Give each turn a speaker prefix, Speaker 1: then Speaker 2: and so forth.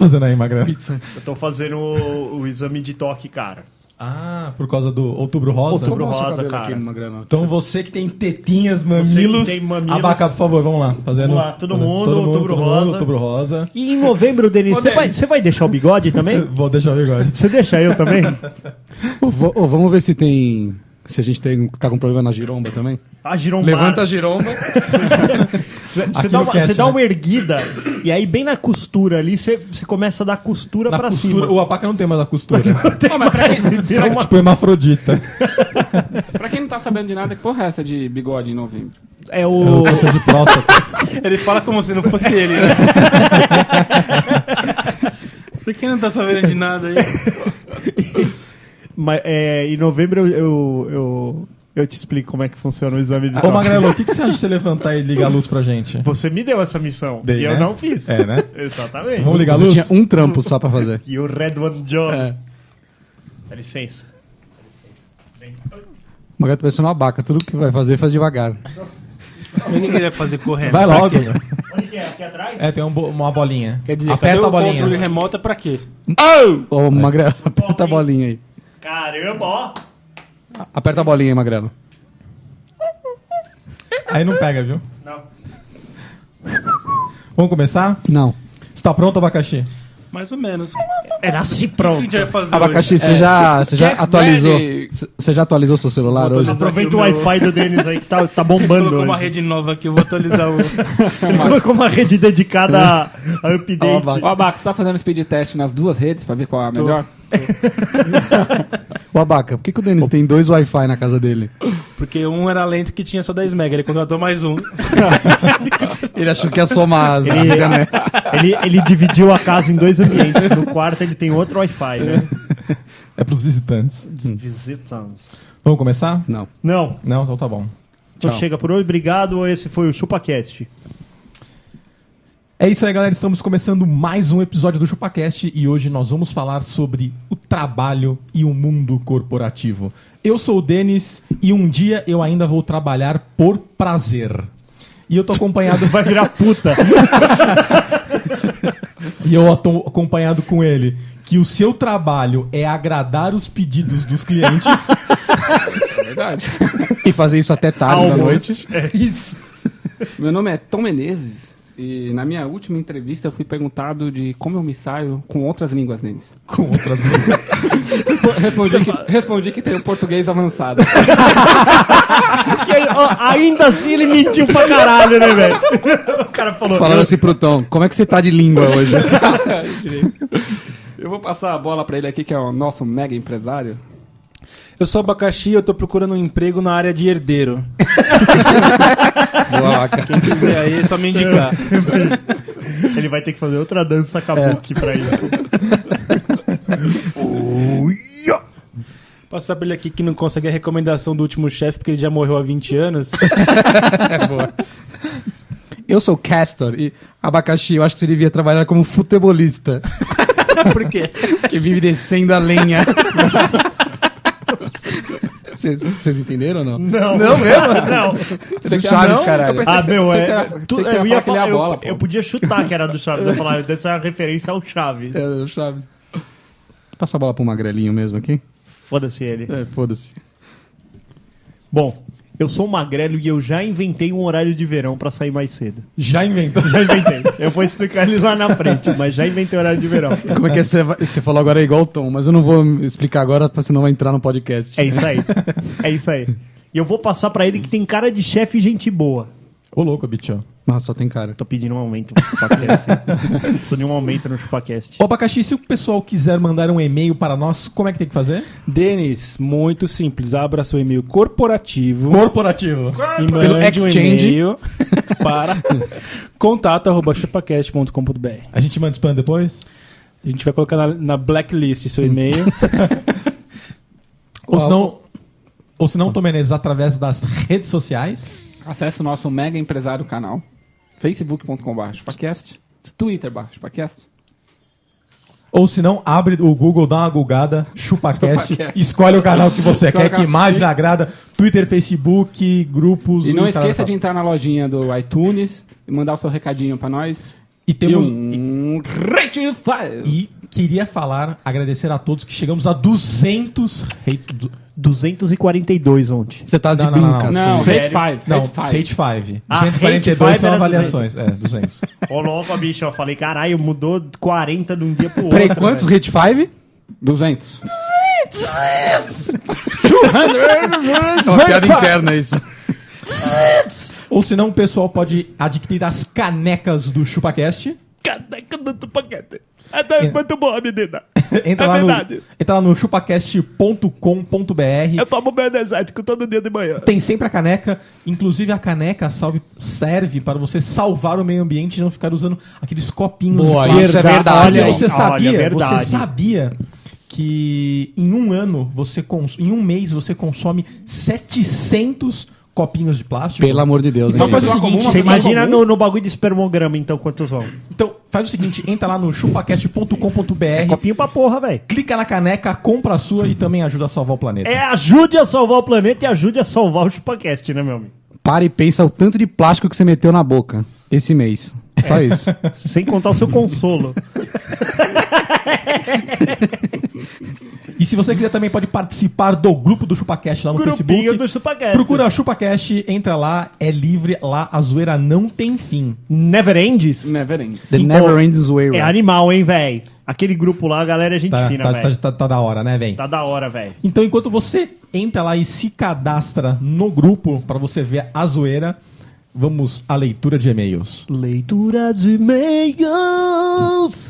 Speaker 1: usando aí, Magrão?
Speaker 2: Pizza.
Speaker 3: Eu tô fazendo o, o exame de toque, cara.
Speaker 1: Ah, por causa do Outubro Rosa?
Speaker 3: Outubro
Speaker 2: Nossa,
Speaker 3: rosa,
Speaker 2: cabelo
Speaker 3: cara.
Speaker 2: aqui, Magrano.
Speaker 1: Então você que tem tetinhas, mamilos,
Speaker 3: tem mamilos.
Speaker 1: abacá, por favor, vamos lá. Fazendo,
Speaker 3: Vamos lá, todo mundo, Outubro
Speaker 1: todo mundo,
Speaker 3: Rosa.
Speaker 1: Outubro Rosa.
Speaker 3: E em novembro, Denis, você vai, você vai deixar o bigode também?
Speaker 1: Vou deixar o bigode.
Speaker 3: Você deixa eu também?
Speaker 2: Ô, vô- ô, vamos ver se tem. Se a gente tem, tá com problema na giromba também.
Speaker 3: A girombada.
Speaker 2: Levanta a giromba.
Speaker 3: Você-
Speaker 1: Aqui
Speaker 3: Você dá,
Speaker 1: no
Speaker 3: uma,
Speaker 1: cast,
Speaker 3: você dá
Speaker 1: né?
Speaker 3: uma erguida e aí bem na costura ali, você, você começa a dar costura
Speaker 1: Na
Speaker 3: pra
Speaker 1: costura,
Speaker 3: cima.
Speaker 1: o abaca não tem mais a costura.
Speaker 4: Pô, mas pra quem,
Speaker 3: Vira uma-
Speaker 1: tipo hermafrodita.
Speaker 4: pra quem não tá sabendo de nada, que porra é essa de bigode em novembro?
Speaker 3: É
Speaker 1: É
Speaker 3: o...
Speaker 1: uma caixa de próstata.
Speaker 5: Ele fala como se não fosse ele, né? Por que não tá sabendo de nada aí?
Speaker 3: Mas, é, em novembro eu, eu, eu, eu te explico como é que funciona o exame de
Speaker 1: Ô,
Speaker 3: toque.
Speaker 1: Magrelo, o que, que você acha de você levantar e ligar a luz pra gente?
Speaker 3: Você me deu essa missão
Speaker 1: Dei,
Speaker 3: e eu
Speaker 1: né?
Speaker 3: não fiz.
Speaker 1: É, né?
Speaker 3: Exatamente.
Speaker 1: Vamos ligar a
Speaker 2: Você
Speaker 1: luz?
Speaker 2: tinha um trampo só pra fazer.
Speaker 3: E o Red One John.
Speaker 2: É.
Speaker 3: Dá licença.
Speaker 2: Magrano tá pensando na abaca. Tudo que vai fazer, faz devagar.
Speaker 5: Eu nem queria fazer correndo.
Speaker 1: Vai
Speaker 5: Pra
Speaker 1: logo.
Speaker 5: quê?
Speaker 3: Onde que é? Aqui atrás?
Speaker 1: É, tem um bo- uma bolinha.
Speaker 5: Quer dizer,
Speaker 1: aperta
Speaker 5: cadê
Speaker 1: a
Speaker 5: o
Speaker 1: bolinha.
Speaker 5: controle remoto é pra quê?
Speaker 4: Oh!
Speaker 2: Ô, Magrelo, aperta a bolinha aí.
Speaker 3: Caramba, ó.
Speaker 2: Aperta a bolinha aí, Magrelo.
Speaker 1: Aí não pega, viu?
Speaker 3: Não.
Speaker 1: Vamos começar?
Speaker 2: Não.
Speaker 1: Está pronto, abacaxi?
Speaker 5: Mais ou menos. O
Speaker 3: É nasci
Speaker 5: que a
Speaker 3: pronto.
Speaker 5: gente vai fazer
Speaker 2: Abacaxi, você já, você já
Speaker 4: Jack
Speaker 2: atualizou.
Speaker 4: Benny.
Speaker 2: Você já atualizou seu celular hoje?
Speaker 3: Aproveita
Speaker 5: Aqui
Speaker 3: o
Speaker 5: o meu-
Speaker 3: Wi-Fi do Denis aí que tá, tá
Speaker 5: hoje?
Speaker 3: bombando.
Speaker 5: Colocou uma
Speaker 3: hoje.
Speaker 5: rede nova aqui, eu vou atualizar o...
Speaker 3: Ele colocou uma rede dedicada a, a
Speaker 2: Ó,
Speaker 3: update.
Speaker 2: Abaca.
Speaker 4: Ô, Abaca, você tá fazendo speed test nas duas redes pra ver qual é a melhor?
Speaker 2: Ô, Abaca, por que, que o Denis tem dois Wi-Fi na casa dele?
Speaker 5: Porque um era lento que tinha só 10 mega, ele contratou mais um.
Speaker 2: Ele achou que ia somar as
Speaker 3: Ele-
Speaker 2: internet.
Speaker 3: Ele, ele dividiu a casa em dois ambientes. No quarto ele tem outro Wi-Fi, né?
Speaker 1: É pros visitantes.
Speaker 3: Visitants.
Speaker 1: Vamos começar?
Speaker 2: Não.
Speaker 3: Não,
Speaker 1: Não, então tá bom.
Speaker 3: então
Speaker 2: Tchau.
Speaker 3: chega por hoje. Obrigado. Esse foi o ChupaCast.
Speaker 1: É isso aí, galera. Estamos começando mais um episódio do ChupaCast e hoje nós vamos falar sobre o trabalho e o mundo corporativo. Eu sou o Denis e um dia eu ainda vou trabalhar por prazer. E eu tô acompanhado.
Speaker 3: Vai virar puta.
Speaker 1: E eu tô acompanhado com ele que o seu trabalho é agradar os pedidos dos clientes.
Speaker 4: É verdade.
Speaker 2: E fazer isso até tarde da
Speaker 3: Almost.
Speaker 2: noite.
Speaker 3: É isso.
Speaker 4: Meu nome é Tom Menezes e na minha última entrevista eu fui perguntado de como eu me saio com outras línguas neles.
Speaker 1: com outras
Speaker 4: Respondi que, respondi que tenho português avançado.
Speaker 3: E aí, ó, ainda assim ele mentiu pra caralho, né, velho? O cara falou.
Speaker 2: Falando
Speaker 3: eu-
Speaker 2: assim pro Tom, como é que você tá de língua hoje?
Speaker 4: Eu vou passar a bola pra ele aqui, que é o nosso mega empresário.
Speaker 5: Eu sou abacaxi, eu tô procurando um emprego na área de herdeiro.
Speaker 2: Boa, Abaca.
Speaker 5: Quem quiser aí, é só me indicar.
Speaker 3: Ele vai ter que fazer outra dança kabuki pra isso.
Speaker 5: Passar pra ele aqui que não consegue a recomendação do último chefe, porque ele já morreu há 20 anos.
Speaker 2: É, Eu sou Castor e Abacaxi, eu acho que você devia trabalhar como futebolista.
Speaker 5: Por quê?
Speaker 2: que vive descendo a lenha. Vocês vocês entenderam ou não?
Speaker 3: Não. Não mesmo? Não.
Speaker 4: Você
Speaker 2: do
Speaker 4: quer-
Speaker 2: Chaves,
Speaker 4: é não,
Speaker 2: caralho.
Speaker 4: eu pensei
Speaker 3: Ah,
Speaker 4: que você-
Speaker 3: meu,
Speaker 4: pensei
Speaker 3: é.
Speaker 4: que era-
Speaker 3: tu-
Speaker 4: pensei que
Speaker 3: eu, ia
Speaker 4: era falar que ele é
Speaker 3: falar,
Speaker 4: a
Speaker 3: eu,
Speaker 4: bola, pô.
Speaker 3: eu podia chutar que era do Chaves. Eu falava, dessa é uma referência ao Chaves.
Speaker 2: É, o Chaves. Passa a bola pro magrelinho mesmo aqui.
Speaker 3: Foda-se ele.
Speaker 2: É, foda-se.
Speaker 3: Bom, eu sou um magrelo e eu já inventei um horário de verão pra sair mais cedo.
Speaker 1: Já inventou.
Speaker 3: Já inventei. Eu vou explicar ele lá na frente, mas já inventei um horário de verão.
Speaker 2: Como é que é? Você vai- você falou agora é igual o Tom, mas eu não vou explicar agora, pra- senão vai entrar no podcast.
Speaker 3: É isso aí. É isso aí. E eu vou passar pra ele que tem cara de chefe e gente boa.
Speaker 1: Ô, louco, bicho.
Speaker 2: Nossa, só tem cara.
Speaker 3: Tô pedindo um aumento no chupacast. hein? Preciso de um aumento no chupacast.
Speaker 1: Ô, Abacaxi, se o pessoal quiser mandar um e-mail para nós, como é que tem que fazer?
Speaker 5: Denis, muito simples. Abra seu e-mail corporativo
Speaker 1: Corporativo.
Speaker 5: e
Speaker 2: Pelo
Speaker 5: mande um
Speaker 2: Exchange.
Speaker 5: e-mail para contato.chupacast.com.br.
Speaker 1: A gente manda spam depois?
Speaker 5: A gente vai colocar na, na blacklist seu e-mail.
Speaker 1: Ou
Speaker 2: Ó,
Speaker 1: se não, ou se não, Tom Menezes, através das redes sociais.
Speaker 4: Acesse o nosso mega empresário canal, facebook.com.br chupacast, twitter barra chupacast.
Speaker 1: Ou se não, abre o Google, dá uma googada, chupa cast,
Speaker 4: cast.
Speaker 1: escolhe o canal que você
Speaker 4: Escolhe
Speaker 1: quer,
Speaker 4: o
Speaker 1: que
Speaker 4: canal.
Speaker 1: mais
Speaker 4: E-
Speaker 1: lhe agrada. Twitter, Facebook, grupos...
Speaker 4: E não
Speaker 1: caralho,
Speaker 4: esqueça de
Speaker 1: caralho.
Speaker 4: entrar na lojinha do iTunes e mandar o seu recadinho pra nós.
Speaker 1: E temos,
Speaker 4: E um-
Speaker 1: e,
Speaker 4: um Rate Fire.
Speaker 1: E queria falar, agradecer a todos que chegamos a 200 hate, du-
Speaker 3: 242 ontem.
Speaker 2: Você tá de
Speaker 1: Não, não, não,
Speaker 2: brincas.
Speaker 1: não.
Speaker 2: com
Speaker 4: Não, é
Speaker 2: isso.
Speaker 4: Rate
Speaker 3: Sério?
Speaker 4: Five.
Speaker 1: Não,
Speaker 4: Rate Five.
Speaker 1: Hate 5.
Speaker 3: Ah,
Speaker 1: 242
Speaker 3: Hate
Speaker 1: são
Speaker 3: Five era
Speaker 1: avaliações. É, 200.
Speaker 3: Ô, louco, bicho, eu falei, caralho, mudou 40 de um dia pro outro.
Speaker 2: Peraí, quantos
Speaker 3: velho.
Speaker 2: Hit 5?
Speaker 4: 200.
Speaker 2: É uma piada interna isso.
Speaker 1: Ou senão o pessoal pode adquirir as canecas do ChupaCast.
Speaker 3: Caneca do Tupaquete. Até muito boa, menina.
Speaker 1: É. Entra,
Speaker 3: É
Speaker 1: lá, no,
Speaker 3: verdade.
Speaker 1: entra lá no chupacast.com.br.
Speaker 3: tomo meu energético todo dia de manhã.
Speaker 1: Tem sempre a caneca. Inclusive a caneca salve- serve para você salvar o meio ambiente e não ficar usando aqueles copinhos
Speaker 2: Boa,
Speaker 1: de
Speaker 2: isso é
Speaker 1: plástico.
Speaker 2: verdade.
Speaker 1: Olha,
Speaker 2: Olha,
Speaker 1: você sabia,
Speaker 3: é verdade.
Speaker 1: você sabia que em um ano você cons- em um mês você consome 700 copinhos de plástico?
Speaker 2: Pelo amor de Deus,
Speaker 1: Então
Speaker 2: hein,
Speaker 1: faz o
Speaker 2: gente?
Speaker 1: seguinte,
Speaker 3: Você
Speaker 1: Pessoal
Speaker 3: imagina
Speaker 1: comum.
Speaker 3: no, no bagulho de espermograma, então, quantos vão?
Speaker 1: Então faz o seguinte, entra lá no
Speaker 2: É
Speaker 1: chupacast.com.br,
Speaker 3: Copinho pra porra, velho.
Speaker 1: clica na caneca, compra a sua e também ajuda a salvar o planeta.
Speaker 3: É ajude a salvar o planeta e ajude a salvar o Chupacast, né, meu amigo?
Speaker 2: Para e pensa o tanto de plástico que você meteu na boca esse mês. Só isso.
Speaker 3: Sem contar o seu consolo.
Speaker 1: E se você quiser também pode participar do grupo do ChupaCast lá no
Speaker 3: Grupinho
Speaker 1: Facebook.
Speaker 3: do Chupacast.
Speaker 1: Procura ChupaCast, entra lá, é livre lá, a zoeira não tem fim.
Speaker 3: Never Ends?
Speaker 4: Never ends.
Speaker 2: The
Speaker 3: Então,
Speaker 2: Never Ends Way.
Speaker 3: É
Speaker 2: Round.
Speaker 3: animal, hein, velho? Aquele grupo lá, a galera é gente
Speaker 1: Tá,
Speaker 3: fina,
Speaker 1: tá-
Speaker 3: velho.
Speaker 1: tá- tá- tá da hora, né, vem?
Speaker 3: Tá da hora, velho.
Speaker 1: Então enquanto você entra lá e se cadastra no grupo pra você ver a zoeira, vamos à leitura de e-mails.
Speaker 3: Leituras de e-mails.